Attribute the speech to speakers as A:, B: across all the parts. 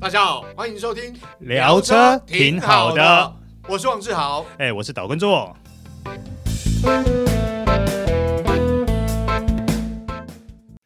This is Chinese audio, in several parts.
A: 大家好，欢迎收听
B: 聊车挺好的，
A: 我是王志豪。
B: 哎、我是岛根座。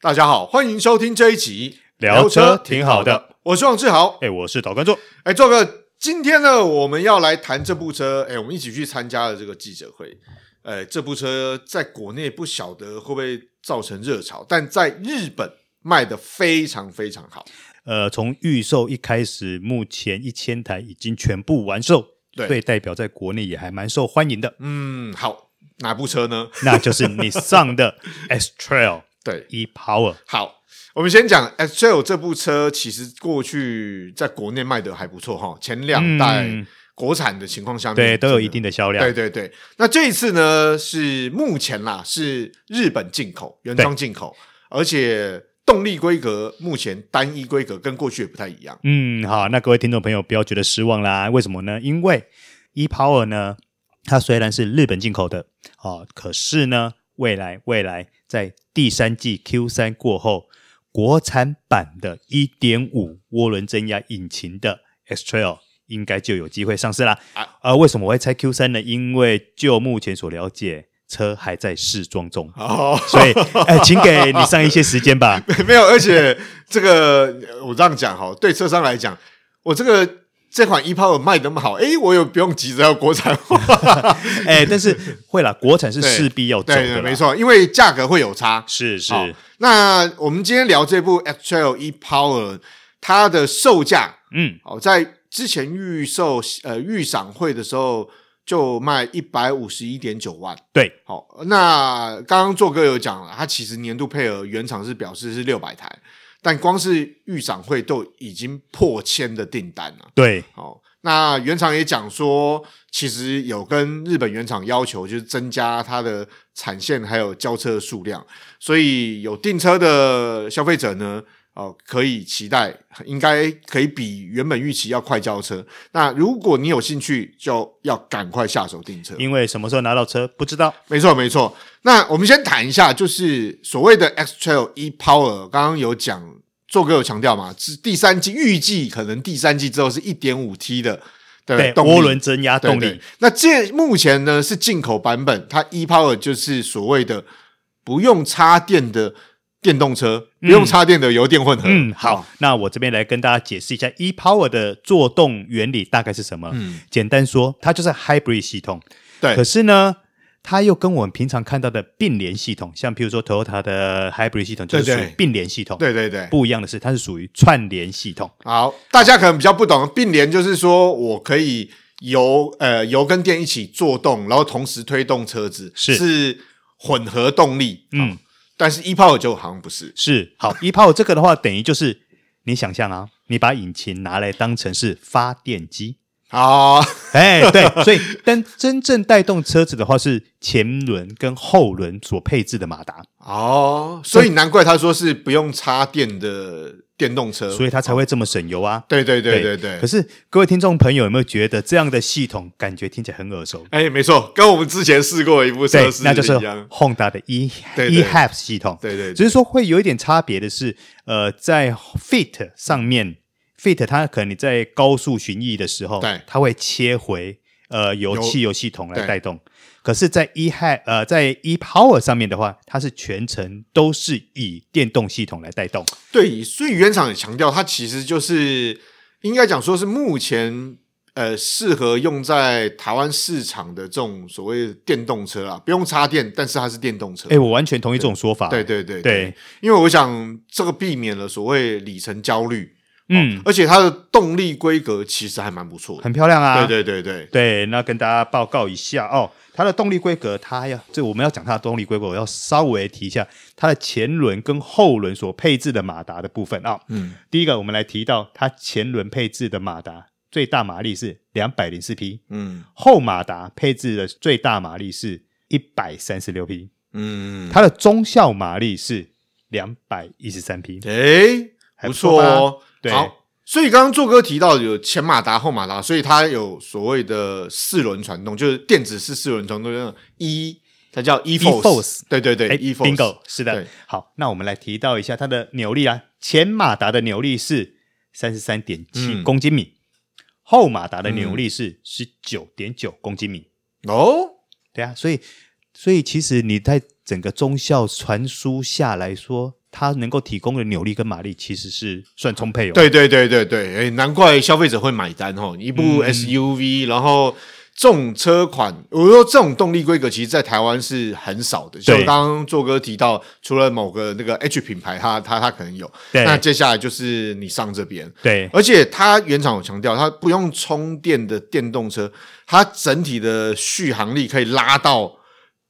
A: 大家好，欢迎收听这一集
B: 聊车挺好的，
A: 我是王志豪。
B: 哎、我是岛根座。
A: 哎，做哥，今天呢，我们要来谈这部车。哎，我们一起去参加了这个记者会。呃，这部车在国内不晓得会不会造成热潮，但在日本卖的非常非常好。
B: 呃，从预售一开始，目前一千台已经全部完售，
A: 对
B: 所以代表在国内也还蛮受欢迎的，
A: 嗯，好，哪部车呢？
B: 那就是 Nissan 的 X Trail
A: 对，
B: E Power。
A: 好，我们先讲 S t r a i 这部车，其实过去在国内卖的还不错哈，前两代
B: 嗯
A: 国产的情况下面，
B: 对，都有一
A: 真的
B: 定的销量。
A: 对对对，那这一次呢是目前啦是日本进口原装进口，而且动力规格目前单一规格跟过去也不太一样。
B: 嗯，好，那各位听众朋友不要觉得失望啦，为什么呢？因为 e Power 呢，它虽然是日本进口的，哦，可是呢，未来未来在第三季 Q 三过后，国产版的1.5涡轮增压引擎的 X Trail 应该就有机会上市啦。
A: 啊
B: 呃，为什么我会猜 Q 三呢？因为就目前所了解，车还在试装中。
A: 哦，
B: 所以，呃，请给你上一些时间吧。
A: 没有，而且这个呃我这样讲哈，对车商来讲，我这个这款 e power 卖得那么好，诶，我也不用急着要国产 化，
B: 哎、但是会啦，国产是势必要走
A: 对
B: 的
A: 对，
B: 啦
A: 没，错，因为价格会有差。
B: 是是。
A: 好那我们今天聊这部 X Trail E Power，它的售价
B: 嗯，
A: 哦，在之前预售呃预赏会的时候就卖一百五十一点九万。
B: 对，
A: 好、那刚刚做哥有讲了，它其实年度配额原厂是表示是六百台，但光是预赏会都已经破千的订单了。
B: 对，
A: 好、那原厂也讲说，其实有跟日本原厂要求，就是增加它的产线还有交车数量，所以有订车的消费者呢，哦，可以期待，应该可以比原本预期要快交车。那如果你有兴趣，就要赶快下手订车。
B: 因为什么时候拿到车不知道。
A: 没错，没错。那我们先谈一下，就是所谓的 X Trail E Power，刚刚有讲，做哥有强调嘛，是第三季预计可能第三季之后是一点五 T 的的
B: 对，
A: 呃动力
B: 涡轮增压
A: 对
B: 动
A: 对
B: 力，
A: 那这目前呢是进口版本，它 E Power 就是所谓的不用插电的电动车，不用插电的油电混合。
B: 嗯，好，，那我这边来跟大家解释一下 e power 的作动原理大概是什么。
A: 嗯，
B: 简单说，它就是 hybrid 系统。
A: 对
B: 可是呢，它又跟我们平常看到的并联系统，像譬如说 Toyota 的 hybrid 系统就是
A: 对
B: 属
A: 对
B: 于并联系统。
A: 对对对。
B: 不一样的是，它是属于串联系统。
A: 好，大家可能比较不懂，并联就是说我可以油呃油跟电一起做动，然后同时推动车子，
B: 是
A: 混合动力。
B: 嗯
A: 嗯，但是 e power 就好像不是。
B: 是好 e power 这个的话，等于就是你想象啊，你把引擎拿来当成是发电机。
A: 好，
B: 哎，对，所以但真正带动车子的话，是前轮跟后轮所配置的马达，
A: 哦，所以难怪他说是不用插电的电动车。
B: 所以它才会这么省油啊。
A: 对呃对对对对
B: 可。是各位听众朋友有没有觉得这样的系统感觉听起来很 耳熟？
A: 哎，没错，跟我们之前试过的一部
B: 对
A: 车，是
B: 那就是
A: 一样。
B: Honda 的 E
A: 对
B: E
A: 对
B: Hub 系统。
A: 对对对
B: 只是说会有一点差别的是，呃，在 Fit 上面，Fit 它可能你在高速巡弋的时候，
A: 对
B: 它会切回呃由
A: 由
B: 汽油系统来
A: 对
B: 带动。可是，在 E Hi 呃，在 E Power 上面的话，它是全程都是以电动系统来带动。
A: 对，所以原厂也强调，它其实就是应该讲说是目前呃适合用在台湾市场的这种所谓的电动车啊，不用插电，但是它是电动车。
B: 哎，我完全同意这种说法。
A: 对对对
B: 对，
A: 因为我想这个避免了所谓里程焦虑，
B: 嗯，
A: 而且它的动力规格其实还蛮不错的。
B: 很漂亮啊。
A: 对对对对，
B: 对，那跟大家报告一下哦，它的动力规格，它要这我们要讲它的动力规格，我要稍微提一下它的前轮跟后轮所配置的马达的部分啊、
A: 嗯，
B: 第一个，我们来提到它前轮配置的马达最大马力是两百零四匹，
A: 嗯
B: 后马达配置的最大马力是一百三十六匹，
A: 嗯，
B: 它的中效马力是两百一十三匹。
A: 诶，哎不
B: 还不错
A: 错哦。
B: 对
A: 好，所以刚刚做哥提到有前马达、后马达，所以它有所谓的四轮传动，就是电子式四轮传动，那种 E，它叫 E
B: E-force
A: force，对对对
B: 哎
A: ，E force，
B: ，bingo，是的
A: 对。
B: 好，那我们来提到一下它的扭力啊，前马达的扭力是三十三点七
A: 嗯
B: 公斤米，后马达的扭力是十九点九公斤米。
A: 哦，
B: 对啊，所以所以其实你在整个中校传输下来说，它能够提供的扭力跟马力其实是算充沛哦。
A: 对对对对对，哎，难怪消费者会买单哦，一
B: 嗯
A: 部 SUV，、然后重车款，我说这种动力规格其实，在台湾是很少的。像
B: 对
A: 刚刚做哥提到，除了某个那个 H 品牌，它它它可能有，
B: 对
A: 那接下来就是你上这边。
B: 对
A: 而且它原厂有强调，它不用充电的电动车，它整体的续航力可以拉到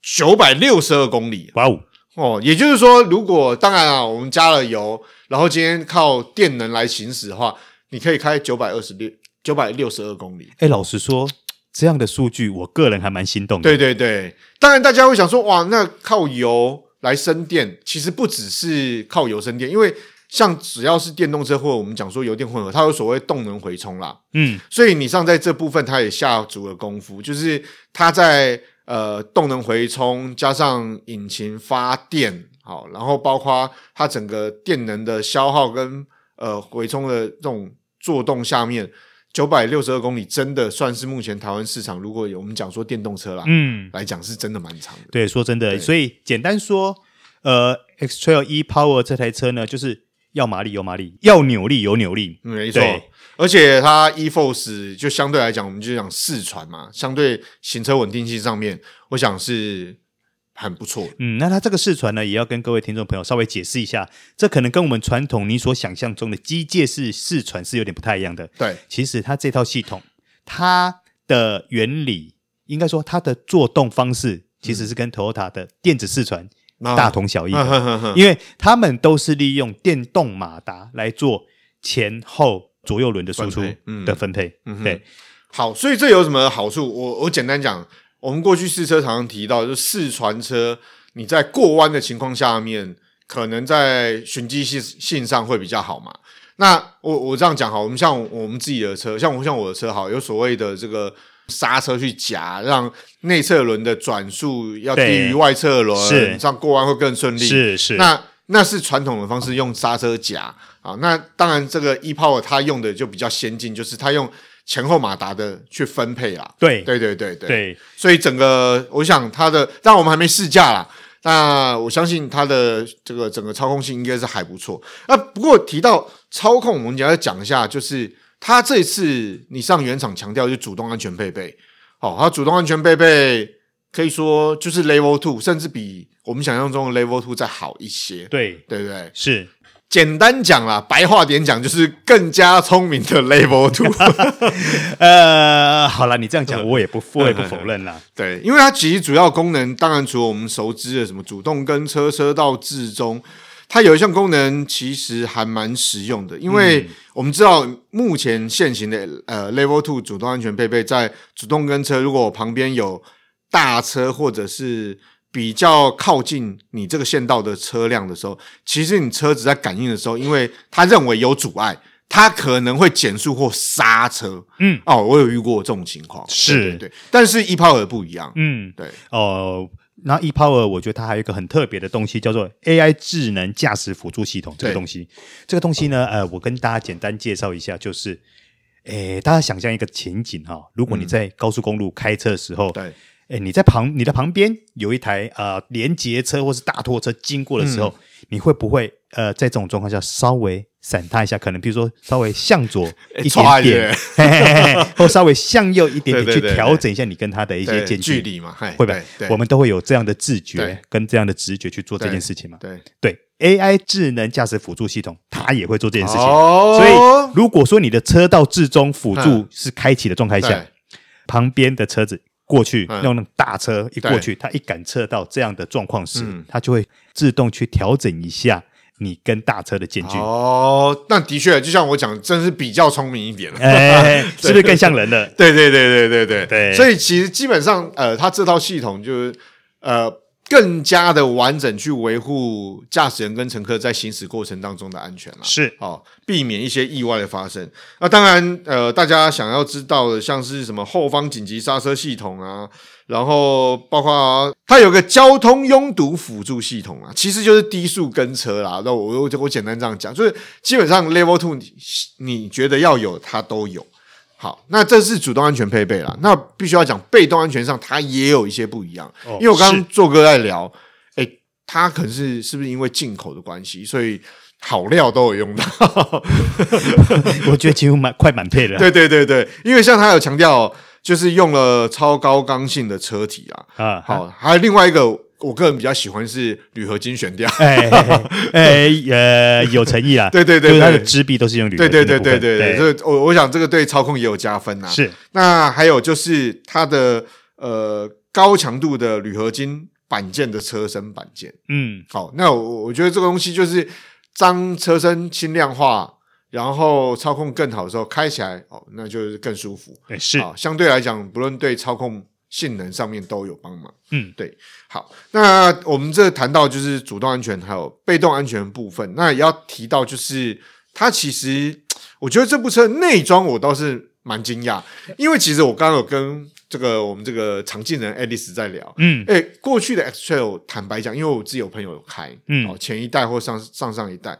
A: 九百六十二公里
B: 哇哦，
A: 哦。也就是说，如果当然啊，我们加了油，然后今天靠电能来行驶的话，你可以开九百二十六、九百六十二公里。
B: 哎，老实说，这样的数据我个人还蛮心动的。
A: 对对对，当然大家会想说，哇，那靠油来生电，其实不只是靠油生电，因为像只要是电动车或者我们讲说油电混合，它有所谓动能回充啦。
B: 嗯，
A: 所以你上在这部分，他也下足了功夫，就是他在呃动能回充加上引擎发电，好，然后包括它整个电能的消耗跟呃回充的这种作动下面，九百六十二公里真的算是目前台湾市场，如果有我们讲说电动车啦，
B: 嗯，
A: 来讲是真的蛮长的。
B: 对，说真的，
A: 对
B: 所以简单说，呃，X Trail E Power 这台车呢，就是要马力有马力，要扭力有扭力。
A: 嗯没错
B: 对，
A: 而且它 e force 就相对来讲，我们就讲试传嘛，相对行车稳定性上面，我想是很不错的。
B: 嗯，那它这个试传呢，也要跟各位听众朋友稍微解释一下，这可能跟我们传统你所想象中的机械式试传是有点不太一样的。
A: 对，
B: 其实它这套系统，它的原理应该说它的做动方式，其实是跟 Toyota 的电子试传
A: 那
B: 大同小异的，
A: 嗯哼哼哼
B: 因为他们都是利用电动马达来做前后左右轮的输出
A: 分配嗯
B: 的分配。
A: 嗯哼
B: 对，
A: 好，所以这有什么好处？我我简单讲，我们过去试车常常提到，就是试船车，你在过弯的情况下面，可能在循迹性性上会比较好嘛。那我我这样讲好，我们像我们自己的车，像我像我的车好，有所谓的这个刹车去夹，让内侧轮的转速要低
B: 对
A: 于外侧轮，
B: 是
A: 这样过弯会更顺利。
B: 是是，
A: 那那是传统的方式，用刹车夹啊。那当然，这个 e power 它用的就比较先进，就是它用前后马达的去分配啦。
B: 对
A: 对对对对，
B: 对
A: 所以整个我想它的，但我们还没试驾啦。那我相信它的这个整个操控性应该是还不错。那不过提到操控，我们也要讲一下，就是它这次你上原厂强调就是主动安全配备，哦，它主动安全配备可以说就是 Level Two，甚至比我们想象中的 Level Two 再好一些，
B: 对
A: 对不对？
B: 是。
A: 简单讲啦，白话点讲就是更加聪明的 Level Two。
B: 呃，好了，你这样
A: 嗯
B: 讲我也不我也不否认啦。
A: 对，因为它其实主要功能，当然除了我们熟知的什么主动跟车、车道至中，它有一项功能其实还蛮实用的，因
B: 嗯
A: 为我们知道目前现行的呃 Level Two 主动安全配备，在主动跟车，如果我旁边有大车或者是比较靠近你这个线道的车辆的时候，其实你车子在感应的时候，因为它认为有阻碍，它可能会减速或刹车。
B: 嗯，
A: 哦，我有遇过这种情况，
B: 是
A: 对对对，但是 e power 不一样。
B: 嗯，
A: 对，
B: 哦、那 ePower 我觉得它还有一个很特别的东西，叫做 AI 智能驾驶辅助系统。这个
A: 对
B: 东西，这个东西呢，呃，我跟大家简单介绍一下，就是，诶，大家想象一个情景哈、如果你在高速公路开车的时候，
A: 嗯对，
B: 诶，你在旁你的旁边有一台呃连接车或是大拖车经过的时候，
A: 嗯
B: 你会不会呃在这种状况下稍微闪它一下？可能比如说稍微 向左一
A: 唰哎
B: 点
A: 一
B: 点
A: 点，
B: 嘿嘿嘿或稍微向右一点
A: 对
B: 点，
A: 对
B: 去
A: 对对
B: 调整一下你跟它的一些
A: 对
B: 间
A: 距离嘛，嗨
B: 会吧
A: 对？对
B: 我们都会有这样的自觉
A: 对
B: 跟这样的直觉去做这件事情嘛。
A: 对
B: 对 AI 智能驾驶辅助系统，它也会做这件事情。
A: 哦
B: 所以，如果说你的车道至中辅助
A: 嗯
B: 是开启的状态下
A: 对，
B: 旁边的车子过去，
A: 嗯
B: 用那种大车一过去，它一感测到这样的状况时
A: 嗯，
B: 它就会自动去调整一下你跟大车的间距。
A: 哦，那的确，就像我讲，真是比较聪明一点了。
B: 哎，是不是更像人了？
A: 对对对对对对
B: 对
A: 所以其实基本上，呃，它这套系统就是，呃，更加的完整去维护驾驶人跟乘客在行驶过程当中的安全啦、
B: 是
A: 哦，避免一些意外的发生。那当然，呃，大家想要知道的，像是什么后方紧急刹车系统啊，然后包括、它有个交通拥堵辅助系统啊，其实就是低速跟车啦。那我我我简单这样讲，就是基本上 Level Two 你你觉得要有，它都有。好，那这是主动安全配备啦。那必须要讲被动安全上，它也有一些不一样。
B: 哦
A: 因为我刚
B: 是
A: 刚做哥在聊，哎、他可能是是不是因为进口的关系，所以好料都有用到。
B: 我觉得几乎满快满配了。 啊
A: 对对对对，因为像他有强调，就是用了超高刚性的车体啊。
B: 啊，
A: 好，还有另外一个，我个人比较喜欢是铝合金悬吊。
B: 哎哎哎 呃，有诚意啦。
A: 对对对
B: 就是它的
A: 对
B: 支臂都是用铝
A: 对
B: 合金
A: 对
B: 的
A: 对
B: 部分。
A: 对对对，所以我我想这个对操控也有加分啊。
B: 是
A: 那还有就是它的呃高强度的铝合金板件的车身板件。
B: 嗯
A: 好，那我我觉得这个东西就是当车身轻量化，然后操控更好的时候，开起来哦，那就是更舒服。
B: 哎是
A: 啊，相对来讲，不论对操控性能上面都有帮忙。
B: 嗯，
A: 对。好，那我们这谈到就是主动安全还有被动安全部分，那也要提到就是它其实，我觉得这部车内装我倒是蛮惊讶，因为其实我刚刚有跟这个我们这个常进人 Alice 在聊。
B: 嗯
A: 哎、过去的 X Trail，坦白讲，因为我自己有朋友有开，
B: 嗯
A: 哦，前一代或上上上一代，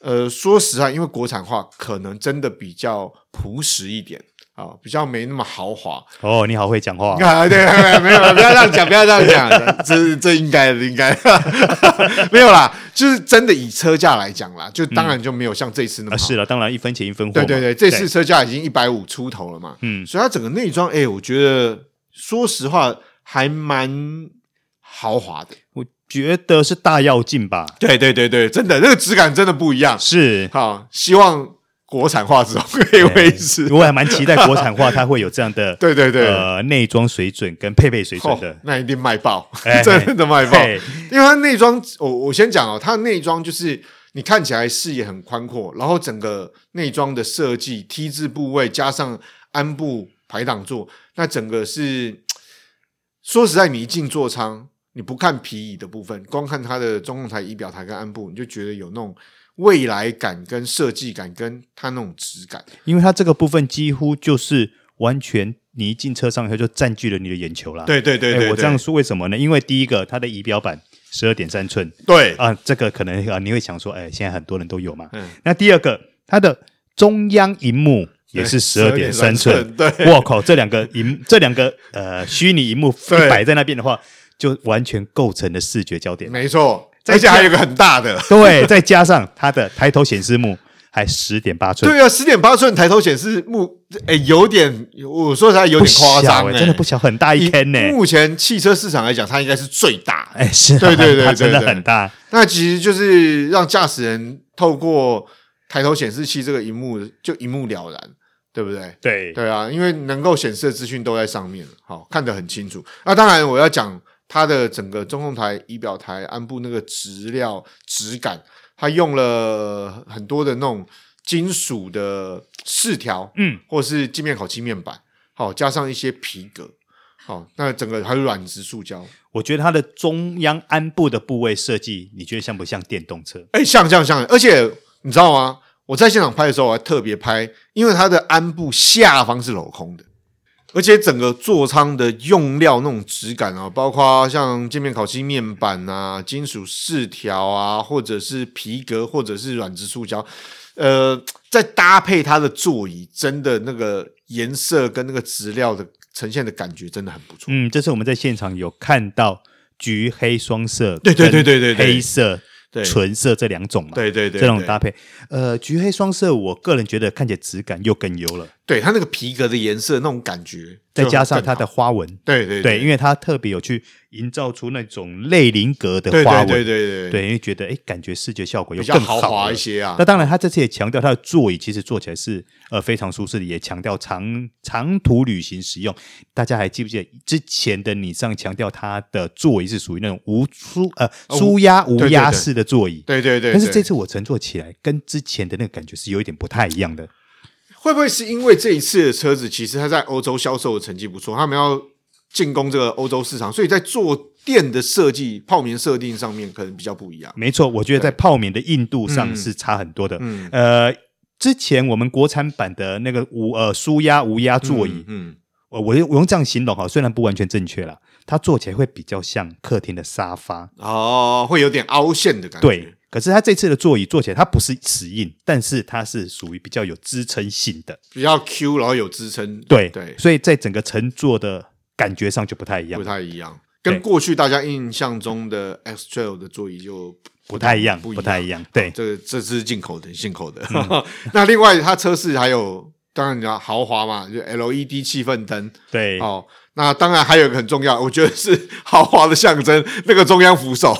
A: 呃，说实话，因为国产化可能真的比较朴实一点啊、比较没那么豪华，
B: 哦，你好会讲话哦。
A: 啊，对，没有，没有不要这样讲，不要这样讲，这这应该的，应该 没有啦，就是真的以车价来讲啦，就当然就没有像这次那么
B: 嗯啊
A: 好。
B: 是了，当然一分钱一分货嘛。
A: 对对对，这次车价已经一百五出头了嘛，
B: 嗯
A: 所以它整个内装，哎，我觉得说实话还蛮豪华的。
B: 我觉得是大跃进吧。
A: 对对对对，真的那个质感真的不一样。
B: 是，
A: 好，希望国产化之后可以维持。
B: 我还蛮期待国产化，它会有这样的
A: 对对对，
B: 呃内装水准跟配备水准
A: 哦
B: 的。，
A: 那一定卖爆
B: 哎，
A: 真的卖爆。
B: 对，
A: 因为它内装，我我先讲哦，它的内装就是你看起来视野很宽阔，然后整个内装的设计，T 字部位加上鞍部排挡座，那整个是说实在，你一进座舱，你不看皮椅的部分，光看它的中控台仪表台跟鞍部，你就觉得有那种未来感跟设计感，跟它那种质感。
B: 因为它这个部分几乎就是完全你一进车上以后就占据了你的眼球啦。
A: 对对对
B: 哎
A: 对，
B: 我这样说为什么呢？因为第一个，它的仪表板十二点三寸
A: 对
B: 啊，这个可能啊，你会想说，哎，现在很多人都有嘛。
A: 嗯
B: 那第二个，它的中央荧幕也是十二点三寸。
A: 12.3对。
B: 我靠，这两个荧，这两个呃虚拟荧幕
A: 对
B: 摆在那边的话，就完全构成了视觉焦点。
A: 没错，
B: 再
A: 而且
B: 加
A: 还有一个很大的，
B: 对，再加上它的抬头显示幕还十点八寸，
A: 对啊，十点八寸抬头显示幕，哎、有点，我说实在有
B: 不
A: 点夸张、
B: 小欸
A: 哎、
B: 真的不小，很大一
A: 以
B: 坑呢、
A: 目前汽车市场来讲，它应该是最大。
B: 哎，是啊，
A: 对对对
B: 它真的
A: 对对
B: 很大。
A: 那其实就是让驾驶人透过抬头显示器这个荧幕就一目了然，对不对？
B: 对，
A: 对啊，因为能够显示的资讯都在上面了，好看得很清楚。那当然，我要讲它的整个中控台、仪表台、鞍部那个质料、质感，它用了很多的那种金属的饰条，
B: 嗯，
A: 或是镜面烤漆面板，好、加上一些皮革，好、那整个还有软质塑胶，
B: 我觉得它的中央鞍部的部位设计，你觉得像不像电动车？
A: 哎，像像像，而且你知道吗？我在现场拍的时候，我还特别拍，因为它的鞍部下方是镂空的，而且整个座舱的用料那种质感啊，包括像界面烤漆面板啊、金属饰条啊，或者是皮革，或者是软质塑胶，呃，再搭配它的座椅，真的那个颜色跟那个质料的呈现的感觉真的很不错。
B: 嗯，这次我们在现场有看到橘黑双色，
A: 对对对对对对
B: 黑色、
A: 对
B: 纯色这两种嘛，
A: 对对对，
B: 这种
A: 对
B: 搭配。呃，橘黑双色，我个人觉得看起来质感又更优了，
A: 对它那个皮革的颜色那种感觉，
B: 再
A: 就
B: 加上
A: 更
B: 它
A: 好
B: 的花纹，
A: 对对
B: 对，因为它特别有去营造出那种类菱格的
A: 对
B: 花
A: 对对
B: 纹，
A: 对对，
B: 对因为觉得哎，感觉视觉效果又
A: 比较
B: 更
A: 豪
B: 好
A: 华
B: 了
A: 一些啊
B: 那。当然，他这次也强调他的座椅其实坐起来是呃非常舒适的，也强调长长途旅行使用。大家还记不记得之前的你上强调它的座椅是属于那种无舒呃
A: 无
B: 舒压无
A: 对对
B: 压
A: 对
B: 式的座椅？
A: 对对对，
B: 但是
A: 对
B: 这次我乘坐起来跟之前的那个感觉是有一点不太一样的。
A: 会不会是因为这一次的车子其实它在欧洲销售的成绩不错，他们要进攻这个欧洲市场，所以在做电的设计、泡棉设定上面可能比较不一样。
B: 没错，我觉得在泡棉的硬度上
A: 嗯
B: 是差很多的。
A: 嗯，
B: 呃，之前我们国产版的那个无呃舒压无压座椅，
A: 嗯，
B: 我我用我用这样形容哈，虽然不完全正确啦，它坐起来会比较像客厅的沙发，
A: 嗯哦，会有点凹陷的感觉。
B: 对。可是它这次的座椅坐起来，它不是死硬，但是它是属于比较有支撑性的，
A: 比较 Q，然后有支撑，
B: 对
A: 对，
B: 所以在整个乘坐的感觉上就不太一样
A: 不，太一样，
B: 对
A: 跟过去大家印象中的 X Trail 的座椅就
B: 不太一样，
A: 不
B: 不太一样，对，
A: 这这是进口的，进口的。
B: 嗯
A: 那另外，它车市还有，当然你要豪华嘛，就 LED 气氛灯
B: 对，
A: 哦。那当然还有一个很重要，我觉得是豪华的象征，那个中央扶 手。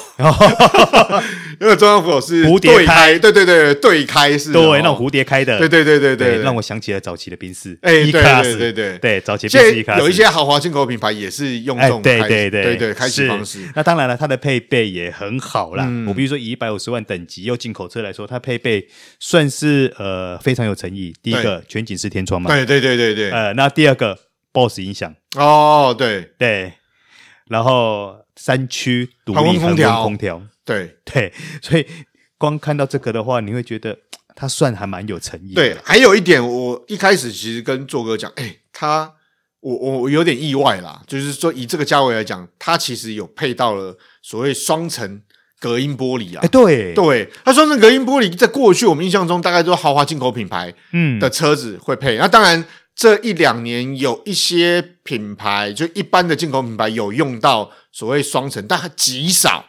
A: 那个中央扶手是
B: 蝴蝶
A: 对
B: 开
A: 对对对，对开式的哦，
B: 对，那种蝴蝶开的，
A: 对对对对
B: 对
A: 对，
B: 让我想起了早期的宾士，
A: 哎
B: E
A: 对
B: class，
A: 对对对
B: 对，早期宾
A: 现
B: 士 E
A: 在
B: class
A: 有一些豪华进口品牌也是用这
B: 哎，
A: 种
B: 对
A: 开
B: 对
A: 对对开启
B: 是
A: 方式。
B: 那当然了，它的配备也很好啦。
A: 嗯
B: 我比如说以一百五十万等级又进口车来说，它配备算是呃非常有诚意。第一个全景式天窗嘛，
A: 对对对对对，
B: 呃，那第二个 BOSS 音响，
A: 哦对
B: 对，然后三区独
A: 恒
B: 立
A: 温
B: 恒
A: 空
B: 温
A: 调
B: 空调，
A: 对
B: 对，所以光看到这个的话，你会觉得嘖它算还蛮有诚意。
A: 对，，还有一点，我一开始其实跟做哥讲，哎、他我我我有点意外啦，就是说以这个价位来讲，它其实有配到了所谓双层隔音玻璃啊。
B: 哎，对，
A: 对，它双层隔音玻璃，在过去我们印象中，大概都是豪华进口品牌
B: 嗯，
A: 的车子会配。那当然，这一两年有一些品牌，就一般的进口品牌有用到所谓双层，但它极少。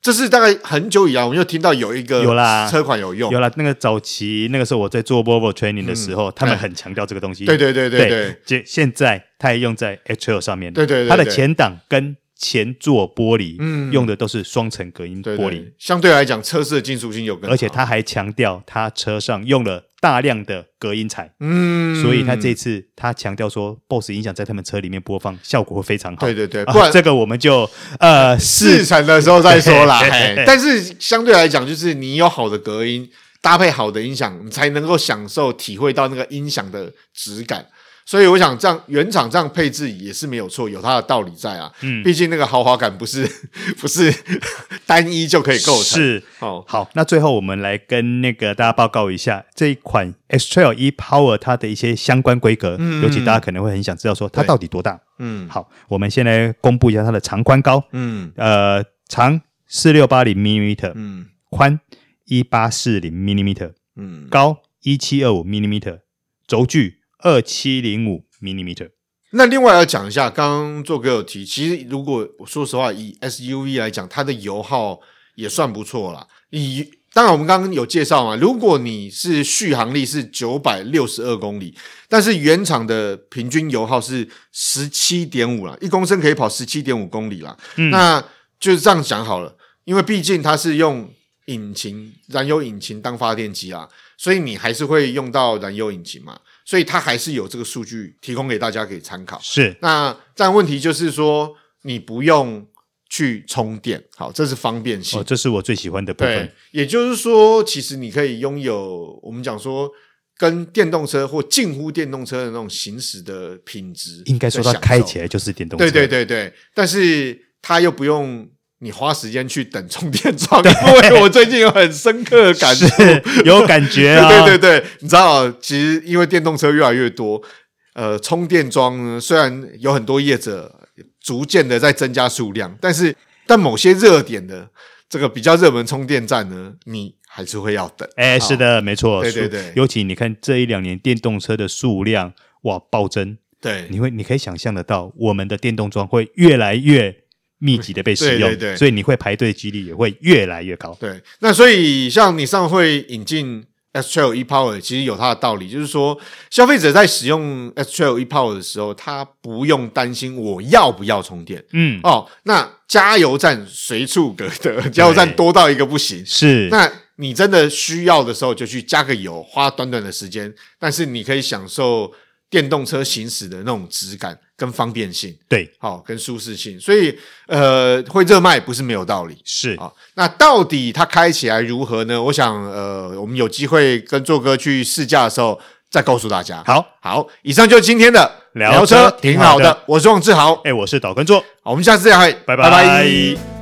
A: 这是大概很久以来，我们就听到有一个
B: 有啦
A: 车款有用，
B: 有了那个早期那个时候我在做 Volvo training 的时候，他们很强调这个东西。
A: 嗯对对对对对
B: 对，现现在它也用在 H L 上面了。
A: 对对对对
B: 它的前挡跟前座玻璃，
A: 嗯
B: 用的都是双层隔音玻
A: 对
B: 璃，
A: 对相对来讲，车市的金属性有更好，
B: 而且它还强调它车上用了大量的隔音材，
A: 嗯，
B: 所以它这次它强调说 BOSS 音响在他们车里面播放效果会非常好。
A: 对对对，
B: 啊
A: 不然
B: 这个我们就呃
A: 试
B: 是
A: 乘的时候再说 啦。
B: 对
A: 嘿但是相对来讲，就是你有好的隔音，搭配好的音响，你才能够享受体会到那个音响的质感。所以我想，这样原厂这样配置也是没有错，有它的道理在啊。嗯，毕竟那个豪华感不是不是 单一就可以构成。
B: 是
A: 哦，
B: 好，那最后我们来跟那个大家报告一下这一款 X Trail E Power 它的一些相关规格，尤其大家可能会很想知道说它到底多大。
A: 嗯
B: 好，我们先来公布一下它的长宽高，
A: 嗯
B: 呃，长四六八零 mm，
A: 嗯
B: 宽一八四零 mm，
A: 嗯，
B: 高一七二五 mm，轴距二七零五 mm。
A: 那另外要讲一下，刚刚做哥有提，其实如果我说实话，以 SUV 来讲，它的油耗也算不错啦。以当然我们刚刚有介绍嘛，如果你是续航力是九百六十二公里，但是原厂的平均油耗是十七点五啦，一公升可以跑十七点五公里啦。
B: 嗯
A: 那就是这样讲好了，因为毕竟它是用引擎燃油引擎当发电机啦，所以你还是会用到燃油引擎嘛，所以它还是有这个数据提供给大家可以参考。
B: 是，
A: 那但问题就是说，你不用去充电，好，这是方便性。
B: 哦，这是我最喜欢的部
A: 对
B: 分。，
A: 也就是说，其实你可以拥有我们讲说跟电动车或近乎电动车的那种行驶的品质，
B: 应该说它开起来就是电动车，
A: 对对对对，但是他又不用你花时间去等充电桩， 因为我最近有很深刻的感受。
B: 是有感觉 啊。
A: 对对对，你知道，其实因为电动车越来越多，呃，充电桩呢虽然有很多业者逐渐的在增加数量，但是但某些热点的这个比较热门充电站呢，你还是会要等。
B: 哎，
A: 好
B: 是的，没错，
A: 对对
B: 数
A: 对
B: 尤其你看这一两年电动车的数量哇暴增，
A: 对，
B: 你会你可以想象得到，我们的电动桩会越来越密集的被使用，
A: 对对对
B: 所以你会排队几率也会越来越高。
A: 对，那所以像你上会引进 S Trail E Power，其实有它的道理，就是说消费者在使用 S Trail E Power 的时候，他不用担心我要不要充电
B: 嗯，
A: 哦。那加油站随处可得，加油站多到一个不行。
B: 是，
A: 那你真的需要的时候就去加个油，花短短的时间，但是你可以享受电动车行驶的那种质感跟方便性，
B: 对，
A: 好、跟舒适性。所以呃，会热卖不是没有道理。
B: 是，
A: 啊、那到底它开起来如何呢？我想，呃，我们有机会跟做哥去试驾的时候再告诉大家。，
B: 好，
A: 好，以上就是今天的聊车挺好的。我是王志豪，
B: 哎，我是岛根座，
A: 好，我们下次再会，
B: 拜
A: 拜拜